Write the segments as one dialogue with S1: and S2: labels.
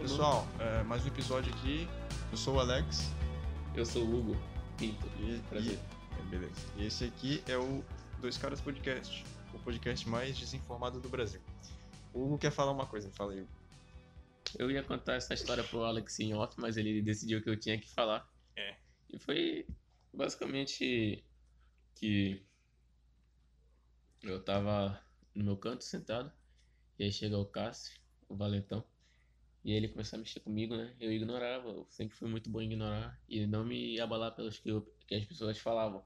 S1: Pessoal, é, mais um episódio aqui. Eu sou o Alex.
S2: Eu sou o Hugo Pinto.
S1: E,
S2: Prazer.
S1: e- é, beleza. E esse aqui é o Dois Caras Podcast, o podcast mais desinformado do Brasil. O Hugo quer falar uma coisa, fala aí. Hugo.
S2: Eu ia contar essa história pro Alex em off, mas ele decidiu que eu tinha que falar.
S1: É.
S2: E foi basicamente que eu tava no meu canto sentado, e aí chega o Cássio, o valetão, e ele começou a mexer comigo, né? Eu ignorava, eu sempre fui muito bom em ignorar e não me abalar pelos que, eu- que as pessoas falavam.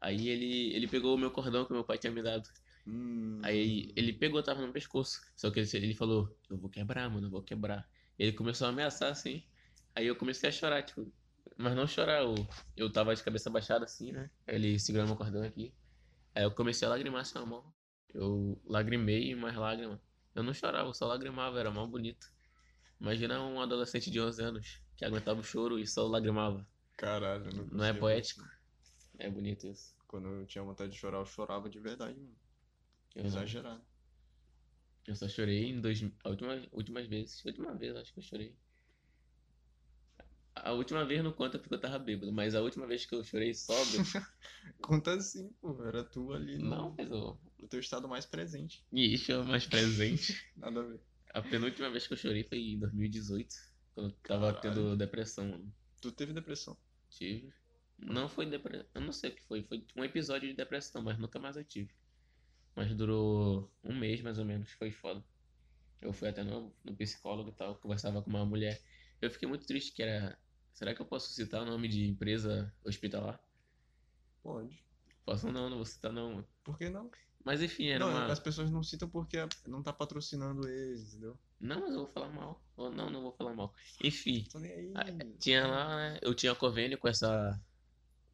S2: Aí ele, ele pegou o meu cordão que meu pai tinha me dado.
S1: Hum,
S2: Aí ele pegou, tava no pescoço. Só que ele, ele falou, eu vou quebrar, mano, eu vou quebrar. Ele começou a ameaçar, assim. Aí eu comecei a chorar, tipo. Mas não chorar, eu, eu tava de cabeça baixada, assim, né? Aí Ele segurou meu cordão aqui. Aí eu comecei a lagrimar assim, na mão. Eu lagrimei, mas lágrima. Eu não chorava, eu só lagrimava, era mal bonito. Imagina um adolescente de 11 anos que aguentava o choro e só lagrimava.
S1: Caralho, eu
S2: Não é
S1: consigo.
S2: poético? É bonito isso.
S1: Quando eu tinha vontade de chorar, eu chorava de verdade, mano.
S2: Eu, não-
S1: Exagerado.
S2: Eu só chorei em dois, a última, últimas vezes. A última vez, acho que eu chorei. A última vez não conta porque eu tava bêbado, mas a última vez que eu chorei sóbrio,
S1: Conta assim, pô. Era tu ali no,
S2: não, mas eu.
S1: no teu estado mais presente.
S2: Isso é o mais presente.
S1: Nada a ver.
S2: A penúltima vez que eu chorei foi em 2018, quando eu tava
S1: Caralho.
S2: tendo depressão, mano.
S1: Tu teve depressão. Hum.
S2: Tive. Não foi depressão, eu não sei o que foi, foi um episódio de depressão, mas nunca mais eu tive. Mas durou um mês mais ou menos, foi foda. Eu fui até no, no psicólogo e tal, conversava com uma mulher. Eu fiquei muito triste que era. Será que eu posso citar o nome de empresa hospitalar?
S1: Pode.
S2: Posso não, não vou citar não.
S1: Por que não?
S2: Mas enfim, era
S1: não,
S2: uma.
S1: as pessoas não citam porque não tá patrocinando eles, entendeu?
S2: Não, mas eu vou falar mal. Ou não, não vou falar mal. Enfim.
S1: Tô nem aí.
S2: Ah, Tinha lá, né? Eu tinha convênio com essa,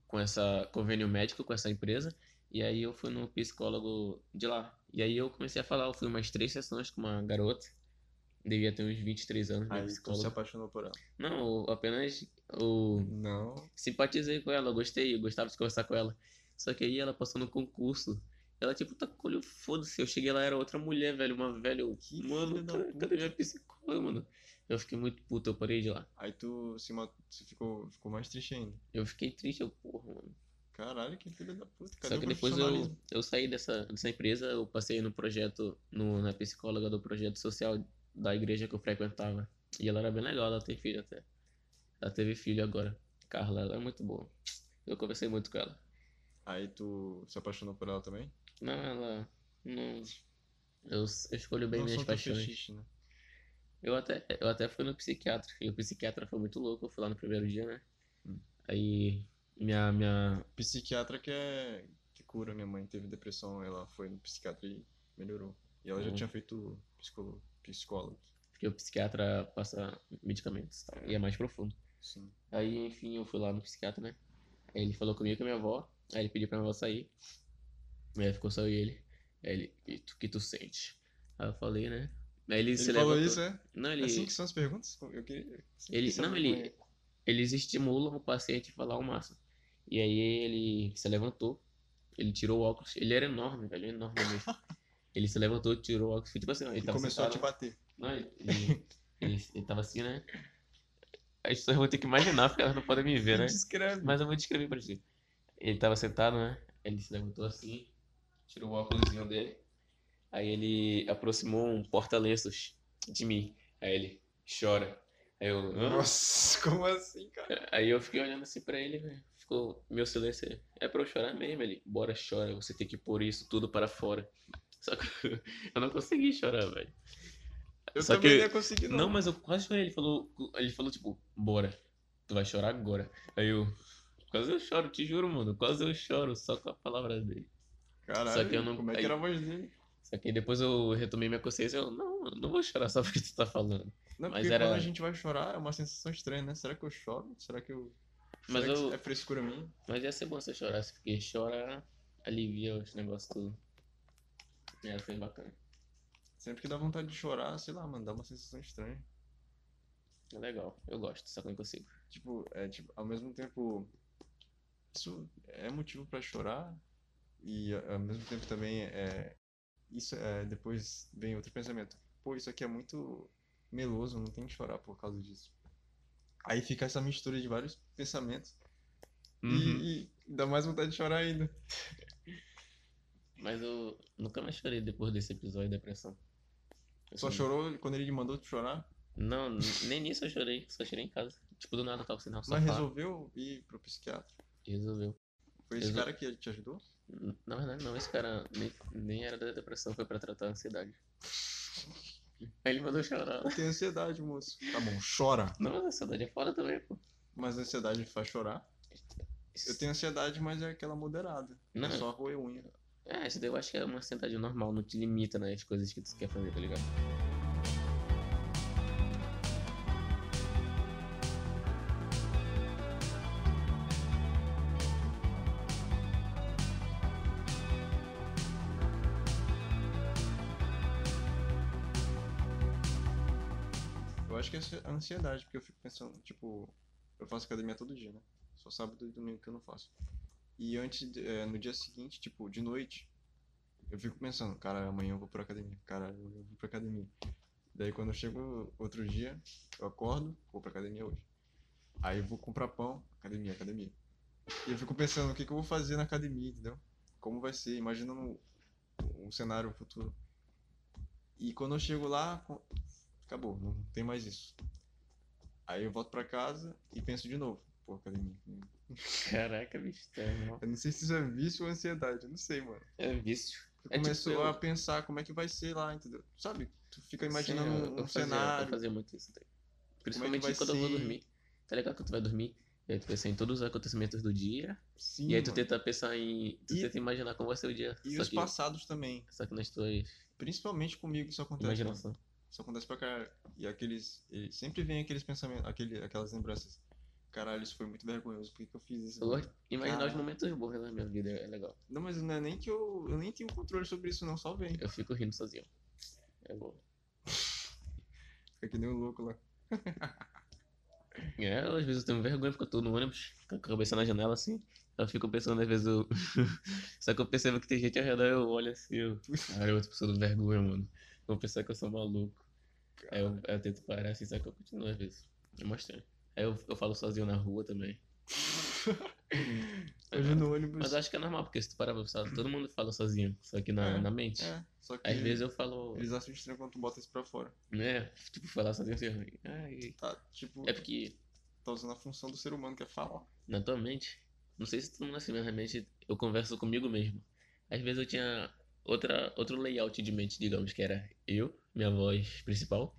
S2: com essa convênio médico com essa empresa. E aí eu fui no psicólogo de lá. E aí eu comecei a falar, eu fui umas três sessões com uma garota. Devia ter uns 23 anos, minha
S1: Aí então é tu se
S2: psicóloga.
S1: apaixonou por ela.
S2: Não, eu apenas eu
S1: Não.
S2: simpatizei com ela, eu gostei, eu gostava de conversar com ela. Só que aí ela passou no concurso. Ela tipo, tá com o olho, foda-se. Eu cheguei lá, era outra mulher, velho, uma velha. Eu,
S1: Que filha
S2: mano,
S1: da
S2: cadê,
S1: puta."
S2: cadê minha psicóloga, mano? Eu fiquei muito puto, eu parei de ir lá.
S1: Aí tu se ma- se ficou, ficou mais triste ainda.
S2: Eu fiquei triste, eu, porra, mano.
S1: Caralho, que filha da puta. Cadê
S2: Só
S1: o
S2: que depois eu,
S1: profissionalismo?
S2: eu saí dessa, dessa empresa, eu passei no projeto, no, na psicóloga do projeto social da igreja que eu frequentava. E ela era bem legal, ela tem filho até. Ela teve filho agora. Carla, ela é muito boa. Eu conversei muito com ela.
S1: Aí tu se apaixonou por ela também?
S2: Não, ela. Não. Eu, eu escolho bem
S1: não
S2: minhas
S1: sou teu
S2: paixões.
S1: fetiche, né?
S2: Eu até, eu até fui no psiquiatra, e o psiquiatra foi muito louco, eu fui lá no primeiro dia, né?
S1: Hum.
S2: Aí minha, minha,
S1: Psiquiatra que é. que cura, minha mãe teve depressão, ela foi no psiquiatra e melhorou. E ela já
S2: Hum.
S1: tinha feito psicólogo. psicólogo.
S2: porque o psiquiatra passa medicamentos e tal, e é mais profundo.
S1: Sim.
S2: Aí, enfim, eu fui lá no psiquiatra, né? Aí ele falou comigo e com a minha avó. Aí ele pediu pra minha avó sair. Aí ficou só eu e ele. Aí ele, e tu, que tu sente? Aí eu falei, né? Aí ele,
S1: Ele
S2: se
S1: falou
S2: levantou.
S1: isso, é?
S2: Não,
S1: É
S2: ele,
S1: Assim que são as perguntas? Eu queria.
S2: Ele-
S1: saber
S2: não,
S1: como
S2: ele- eles estimulam o paciente a falar o máximo. E aí ele se levantou, ele tirou o óculos. Ele era enorme, velho, enorme mesmo. ele se levantou, tirou o óculos. Tipo assim, ó, ele
S1: E
S2: tava
S1: começou a te
S2: sentado-
S1: bater.
S2: Não, ele, ele, ele, ele tava assim, né? As pessoas vão ter que imaginar, porque elas não podem me ver, né?
S1: Descreve.
S2: Mas eu vou descrever pra ti. Ele tava sentado, né? Ele se levantou assim, tirou o óculosinho dele. Aí ele aproximou um porta-lenços de mim. Aí ele chora. Aí eu. "Hã?"
S1: Nossa, como assim, cara?
S2: Aí eu fiquei olhando assim pra ele, velho. Ficou. Meu silêncio é- é pra eu chorar mesmo. Ele, bora chora, você tem que pôr isso tudo para fora. Só que eu não consegui chorar, velho.
S1: Eu
S2: Só
S1: também
S2: que-
S1: não ia conseguir,
S2: Não, mas eu quase chorei. Ele falou, ele falou tipo, bora, tu vai chorar agora. Aí eu, quase eu choro, te juro, mano, quase eu choro só com a palavra dele.
S1: Caralho,
S2: só que eu não-
S1: como é que
S2: aí-
S1: era a voz dele?
S2: Só que aí depois eu retomei minha consciência, eu, não, mano, não vou chorar só porque tu tá falando.
S1: Não,
S2: Mas
S1: porque
S2: era-
S1: quando a gente vai chorar é uma sensação estranha, né? Será que eu choro? Será que eu.
S2: Mas
S1: Será que
S2: eu-
S1: é frescura minha?
S2: Mas ia ser bom se eu chorasse, porque chorar alivia os negócios tudo. É, foi bacana.
S1: Sempre que dá vontade de chorar, sei lá, mano, dá uma sensação estranha.
S2: É legal, eu gosto, só que eu não consigo.
S1: Tipo, é tipo, ao mesmo tempo. Isso é motivo pra chorar. E a- ao mesmo tempo também é. Isso é. Depois vem outro pensamento. Pô, isso aqui é muito meloso, não tem que chorar por causa disso. Aí fica essa mistura de vários pensamentos
S2: Uhum.
S1: e, e dá mais vontade de chorar ainda.
S2: Mas eu nunca mais chorei depois desse episódio de depressão. Eu
S1: Só
S2: sou-
S1: chorou quando ele mandou tu chorar,
S2: Não, n- nem nisso eu chorei. Só chorei em casa. Tipo, do nada eu tava sentado no
S1: mas
S2: sofá.
S1: resolveu ir pro psiquiatra.
S2: Resolveu.
S1: Foi esse
S2: Resol-
S1: cara que te ajudou?
S2: N- Na verdade, não. Esse cara nem, nem era da depressão. Foi pra tratar a ansiedade. Aí ele mandou chorar.
S1: Eu tenho ansiedade, moço. Tá bom, chora.
S2: Não, mas a ansiedade é foda também, pô.
S1: Mas a ansiedade faz chorar. Eu tenho ansiedade, mas é aquela moderada.
S2: Não.
S1: É só roer unha.
S2: É, isso daí eu acho que é uma ansiedade normal. Não te limita nas coisas que tu quer fazer, tá ligado?
S1: Eu acho que é a ansiedade, porque eu fico pensando, tipo, eu faço academia todo dia, né? Só sábado e domingo que eu não faço. E antes, de- eh, no dia seguinte, tipo, de noite, eu fico pensando, cara, amanhã eu vou pra academia, cara, eu vou pra academia. Daí quando eu chego outro dia, eu acordo, vou pra academia hoje. Aí eu vou comprar pão, academia, academia. E eu fico pensando, o que que eu vou fazer na academia, entendeu? Como vai ser, imaginando um cenário futuro. E quando eu chego lá, co- acabou, não tem mais isso. Aí eu volto pra casa e penso de novo. Pô, academia. academia.
S2: Caraca, bicho. Tá mal.
S1: Eu não sei se isso é vício ou ansiedade, eu não sei, mano.
S2: É vício.
S1: Tu
S2: É tipo
S1: começou
S2: eu-
S1: a pensar como é que vai ser lá, entendeu? Sabe? Tu fica imaginando
S2: Sim, eu-
S1: um
S2: eu fazia,
S1: cenário. é
S2: Eu fazia muito isso daí. Principalmente
S1: vai
S2: quando eu vou
S1: ser?
S2: dormir. Tá ligado que tu vai dormir? E aí tu pensa em todos os acontecimentos do dia.
S1: Sim,
S2: e aí tu
S1: mano.
S2: tenta pensar em. Tu
S1: E-
S2: tenta imaginar como vai ser o dia.
S1: E
S2: só,
S1: os
S2: que,
S1: passados também.
S2: só que nas tuas
S1: Principalmente comigo isso acontece. mano.
S2: imaginação.
S1: Isso acontece pra caralho. E aqueles. e sempre vem aqueles pensamentos, aquele, aquelas lembranças. Caralho, isso foi muito vergonhoso. Por que, que eu fiz isso?
S2: Eu gosto de imaginar os
S1: Caralho.
S2: momentos bons da minha vida, é legal.
S1: Não, mas não é nem que eu. Eu nem tenho controle sobre isso, não. Só vem.
S2: Eu fico rindo sozinho. É bom.
S1: Fica que nem um louco lá.
S2: É, às vezes eu tenho vergonha porque eu tô no ônibus, com a cabeça na janela assim. Eu fico pensando, às vezes eu. Só que eu percebo que tem gente ao redor, eu olho assim, eu. Cara, eu tô pensando vergonha, mano. Vou pensar que eu sou maluco. Aí eu, aí eu tento parar assim, só que eu continuo às vezes. É mais estranho. Aí eu, eu falo sozinho na rua também.
S1: Hoje no ônibus.
S2: Mas eu acho que é normal, porque se tu parar pra pensar, todo mundo fala sozinho, só que na,
S1: É,
S2: na mente.
S1: É, só que.
S2: Às vezes eu falo,
S1: Eles acham estranho quando tu bota isso pra fora.
S2: né? Tipo, falar sozinho assim. Ai.
S1: Tá, tipo,
S2: É porque
S1: tá usando a função do ser humano, que é falar.
S2: na tua mente, não sei se tu não é assim, mas na mente eu converso comigo mesmo. Às vezes eu tinha outra, outro layout de mente, digamos, que era eu, minha voz principal,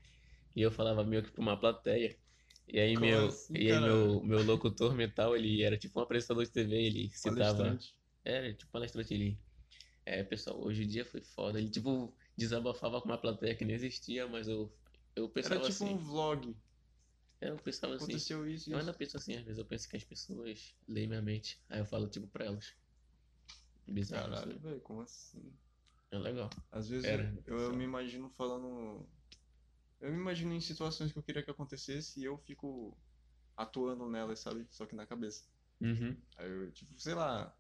S2: e eu falava meio que pra uma plateia. E aí
S1: Como
S2: meu,
S1: assim,
S2: e aí
S1: cara?
S2: meu, meu locutor mental, ele era tipo um apresentador de TV, ele citava.
S1: Palestrante.
S2: Era tipo palestrante, ele. É, pessoal, hoje o dia foi foda. Ele tipo desabafava com uma plateia que nem existia, mas eu, eu
S1: Era
S2: pensava
S1: tipo um
S2: assim.
S1: vlog.
S2: é, Eu pensava assim.
S1: Aconteceu isso e
S2: Eu ainda
S1: isso.
S2: penso assim, às vezes eu penso que as pessoas leem minha mente, aí eu falo tipo pra elas. Bizarro, isso,
S1: Caralho,
S2: né?
S1: velho, como assim?
S2: é legal.
S1: Às vezes
S2: Era,
S1: eu, eu
S2: só.
S1: me imagino falando. Eu me imagino em situações que eu queria que acontecesse e eu fico atuando nelas, sabe? Só que na cabeça. Aí eu, tipo, sei lá,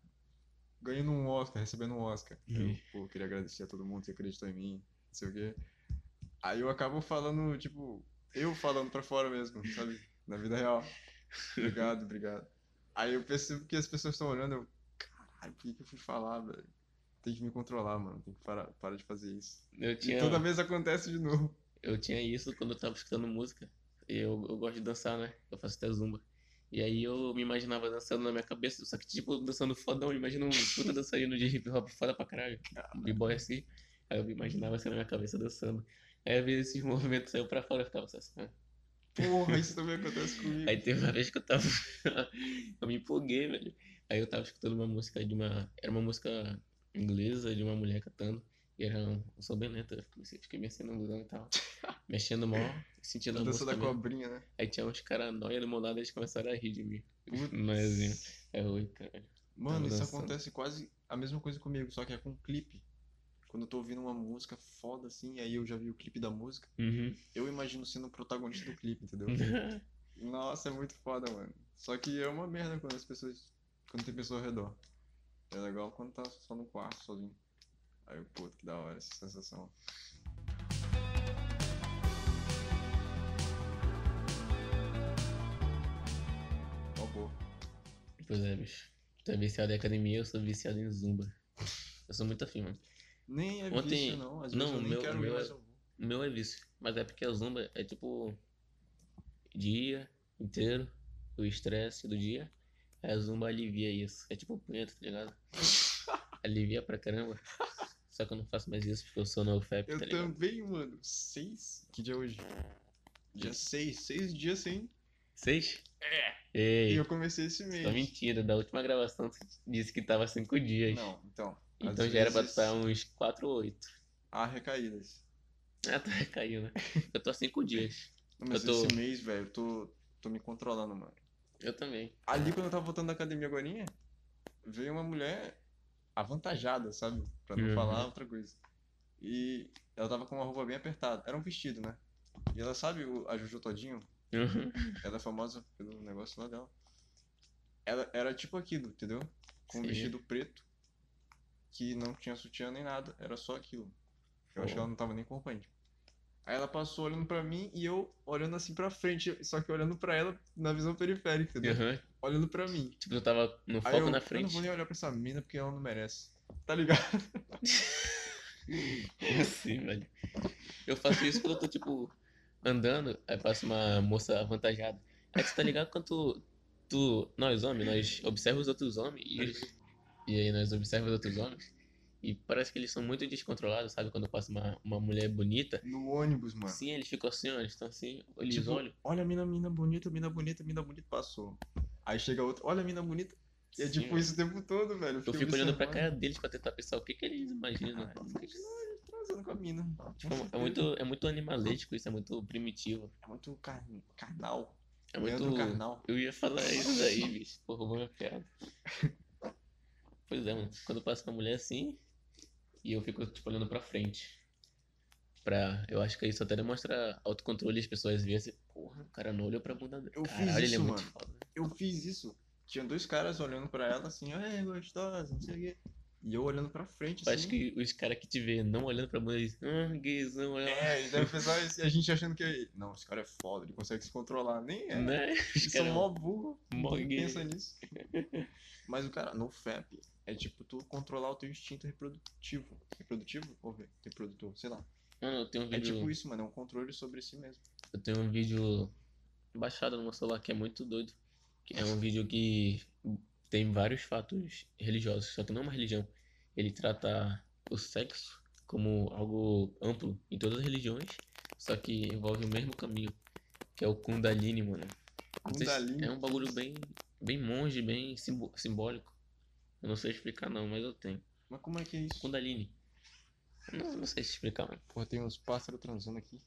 S1: ganhando um Oscar, recebendo um Oscar.
S2: Uhum.
S1: Eu, pô, queria agradecer a todo mundo que acreditou em mim, não sei o quê. Aí eu acabo falando, tipo, eu falando pra fora mesmo, sabe? Na vida real. Obrigado, obrigado. Aí eu percebo que as pessoas estão olhando, eu, caralho, por que, que eu fui falar, velho? Tem que me controlar, mano. Tem que parar, parar de fazer isso.
S2: Eu
S1: E
S2: tinha,
S1: toda vez acontece de novo.
S2: eu tinha isso quando eu tava escutando música. E eu, eu gosto de dançar, né? Eu faço até zumba. E aí eu me imaginava dançando na minha cabeça, só que tipo dançando fodão. Imagina um puta dançarino de hip hop foda pra caralho, um b-boy assim. Aí eu me imaginava assim na minha cabeça dançando. Aí às vezes esses movimentos saiu pra fora e eu ficava assim. ah.
S1: Porra, isso também acontece comigo.
S2: Aí teve uma vez que eu tava. eu me empolguei, velho. Aí eu tava escutando uma música de uma. Era uma música inglesa de uma mulher cantando. E era um um som bem lento. Eu comecei- fiquei mexendo no blusão e tal. Mexendo mal,
S1: A
S2: sentindo a
S1: dança
S2: música.
S1: da
S2: mesmo.
S1: cobrinha, né?
S2: Aí tinha uns caras nóia do meu lado, eles começaram a rir de mim.
S1: Putz.
S2: Mas é ruim, caralho.
S1: Mano,
S2: Tava
S1: isso
S2: dançando.
S1: acontece quase a mesma coisa comigo, só que é com clipe. Quando eu tô ouvindo uma música foda assim, e aí eu já vi o clipe da música,
S2: Uhum.
S1: eu imagino sendo o protagonista do clipe, entendeu? Nossa, é muito foda, mano. Só que é uma merda quando as pessoas. Quando tem pessoa ao redor. É legal quando tá só no quarto, sozinho. Aí eu, puto, que da hora essa sensação.
S2: Pois é, bicho. Tu é viciado em academia, eu sou viciado em zumba. Eu sou muito afim, mano.
S1: Nem é
S2: Ontem-
S1: vício, não. Às vezes
S2: não,
S1: eu nem
S2: meu-
S1: quero ir,
S2: meu é-
S1: mas eu vou.
S2: O meu é vício. Mas é porque a zumba é tipo. Dia inteiro. O estresse do dia. Aí a zumba alivia isso. É tipo punheta, tá ligado? alivia pra caramba. Só que eu não faço mais isso porque eu sou no FAP,
S1: Eu
S2: tá ligado?
S1: também, mano. Seis. Que dia é hoje? Dia seis. Seis dias sem.
S2: Seis? É.
S1: E
S2: Ei, tá
S1: eu comecei esse mês.
S2: só mentira. Da última gravação tu disse que tava cinco dias.
S1: Não, então. às
S2: então já era pra
S1: vezes
S2: estar uns quatro ou oito.
S1: Há recaídas.
S2: Ah, tá, caiu, né? Eu tô há cinco dias.
S1: Não, Mas
S2: Eu tô-
S1: esse mês, velho, eu tô, tô me controlando, mano.
S2: Eu também.
S1: Ali quando eu tava voltando da academia agorinha, veio uma mulher avantajada, sabe? Pra não
S2: Uhum.
S1: falar outra coisa. E ela tava com uma roupa bem apertada. Era um vestido, né? E ela sabe o- a Juju Todinho?
S2: Uhum.
S1: Ela é famosa pelo negócio lá dela. Ela era tipo aquilo, entendeu? Com um
S2: Sim.
S1: vestido preto que não tinha sutiã nem nada, era só aquilo. Eu acho que
S2: Pô.
S1: ela não tava nem com roupa íntima. Aí ela passou olhando pra mim e eu olhando assim pra frente, só que olhando pra ela na visão periférica, entendeu?
S2: Uhum.
S1: Olhando pra mim.
S2: Tipo, eu tava no
S1: Aí
S2: foco
S1: eu,
S2: na
S1: eu não
S2: frente.
S1: vou nem olhar pra essa mina porque ela não merece. Tá ligado?
S2: É assim, velho. Eu faço isso quando eu tô, tipo, andando, aí passa uma moça avantajada. Aí tu tá ligado quando tu, tu- nós homens, nós observamos os outros homens e, eles- e aí nós observamos os outros homens e parece que eles são muito descontrolados, sabe? Quando passa uma, uma mulher bonita,
S1: No ônibus, mano.
S2: sim, eles ficam assim, ó, eles estão assim, eles
S1: Tipo,
S2: olham.
S1: Olha a mina, mina bonita, mina bonita, mina bonita, passou. Aí chega outra, olha a mina bonita. E é
S2: Sim,
S1: tipo
S2: mano.
S1: isso o tempo todo, velho.
S2: Eu fico olhando pra cara deles pra tentar pensar o que que eles imaginam.
S1: Ah,
S2: O que que-
S1: Transando com a mina.
S2: Tipo, é muito, é muito animalesco isso, é muito primitivo.
S1: É muito car... carnal.
S2: É muito.
S1: Leandro Carnal.
S2: Eu ia falar isso daí, bicho. Pô, roubou minha piada. Pois é, mano. Quando passa uma mulher assim, e eu fico, tipo, olhando pra frente. Pra... Eu acho que isso até demonstra autocontrole, as pessoas veem assim, porra, o cara não olhou pra bunda dela.
S1: Eu fiz
S2: Caralho, ele é
S1: isso,
S2: muito
S1: mano.
S2: foda.
S1: Eu fiz isso. Tinha dois caras olhando pra ela assim, é gostosa, não sei o quê. E eu olhando pra frente,
S2: Eu
S1: assim.
S2: acho que os caras que te vê não olhando pra bunda, eles, ah, gaysão, olha lá.
S1: É, e deve pensar isso, e a gente achando que. Não, esse cara é foda, ele consegue se controlar. Nem é.
S2: Né? Os
S1: Eles são
S2: caras-
S1: mó burro.
S2: mó
S1: ninguém
S2: gay.
S1: pensa nisso. Mas o cara, no FAP, é tipo tu controlar o teu instinto reprodutivo. Reprodutivo? Ou re- reprodutor, sei lá.
S2: Mano, eu tenho um
S1: É
S2: vídeo...
S1: tipo isso, mano. É um controle sobre si mesmo.
S2: Eu tenho um vídeo baixado no meu celular que é muito doido. Que é um vídeo que tem vários fatos religiosos, só que não é uma religião. Ele trata o sexo como algo amplo em todas as religiões, só que envolve o mesmo caminho, que é o Kundalini, mano. Não sei se-
S1: Kundalini.
S2: É um bagulho bem, bem monge, bem simbo- simbólico. Eu não sei explicar não, mas eu tenho.
S1: Mas como é que é isso?
S2: Kundalini. Não, não sei explicar, mano.
S1: Porra, tem uns pássaros transando aqui.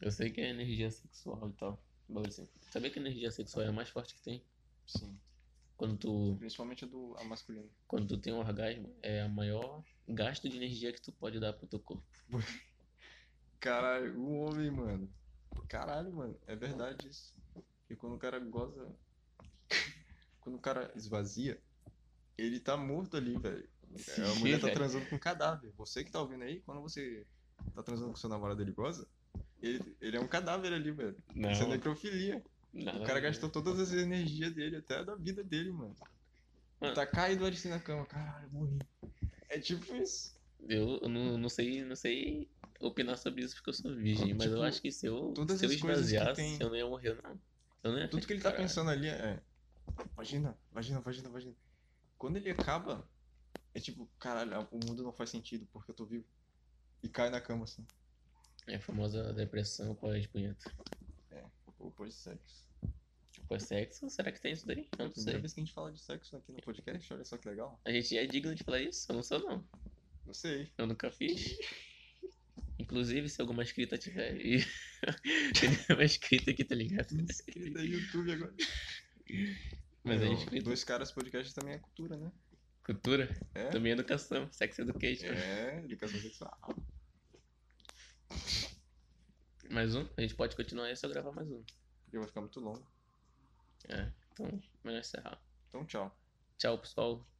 S2: Eu sei que é energia sexual e tal. Bagulho assim. Sabia que a energia sexual é a mais forte que tem?
S1: Sim.
S2: Quando tu,
S1: Principalmente a do a masculina.
S2: quando tu tem um orgasmo, é o maior gasto de energia que tu pode dar pro teu corpo.
S1: Caralho, o homem, mano. Caralho, mano. É verdade isso. E quando o cara goza. quando o cara esvazia, ele tá morto ali, velho. É, A mulher tá
S2: velho.
S1: transando com um cadáver. Você que tá ouvindo aí, quando você tá transando com seu namorado ele goza, ele, ele é um cadáver ali, velho.
S2: Não,
S1: Isso é necrofilia.
S2: nada
S1: O
S2: a
S1: cara
S2: ver.
S1: gastou todas as energias dele, até a da vida dele, mano. Ele Tá caído ali assim na cama, caralho, eu morri. É tipo isso.
S2: Eu eu não, não sei, não sei opinar sobre isso porque eu sou virgem, mas eu
S1: Tipo,
S2: acho que se eu,
S1: todas
S2: se eu
S1: as coisas que
S2: esvaziasse,
S1: tem-
S2: eu não ia morrer, não. Eu não ia
S1: Tudo que ele tá
S2: Caralho.
S1: pensando ali é. Vagina, vagina, vagina, vagina. Quando ele acaba, é tipo, caralho, o mundo não faz sentido porque eu tô vivo. E cai na cama assim.
S2: É a famosa depressão pós-punheta.
S1: Pô, pô, de sexo.
S2: Pós-sexo, será que tem isso daí? Eu
S1: É a
S2: não
S1: primeira
S2: sei.
S1: vez que a gente fala de sexo aqui no podcast, olha só que legal.
S2: A gente é digno de falar isso? Eu não sou, não.
S1: Não sei.
S2: Eu nunca fiz. Inclusive, se alguma escrita tiver aí. Tem uma escrita aqui, tá ligado?
S1: Ele tá no YouTube agora.
S2: Mas é
S1: Meu,
S2: escrita.
S1: Dois caras podcast também é cultura, né?
S2: Cultura,
S1: É.
S2: também educação, sex education.
S1: É, educação sexual.
S2: Mais um? A gente pode continuar aí se eu gravar mais um.
S1: Porque vai ficar muito longo.
S2: É, então, melhor encerrar.
S1: Então, tchau.
S2: Tchau, pessoal.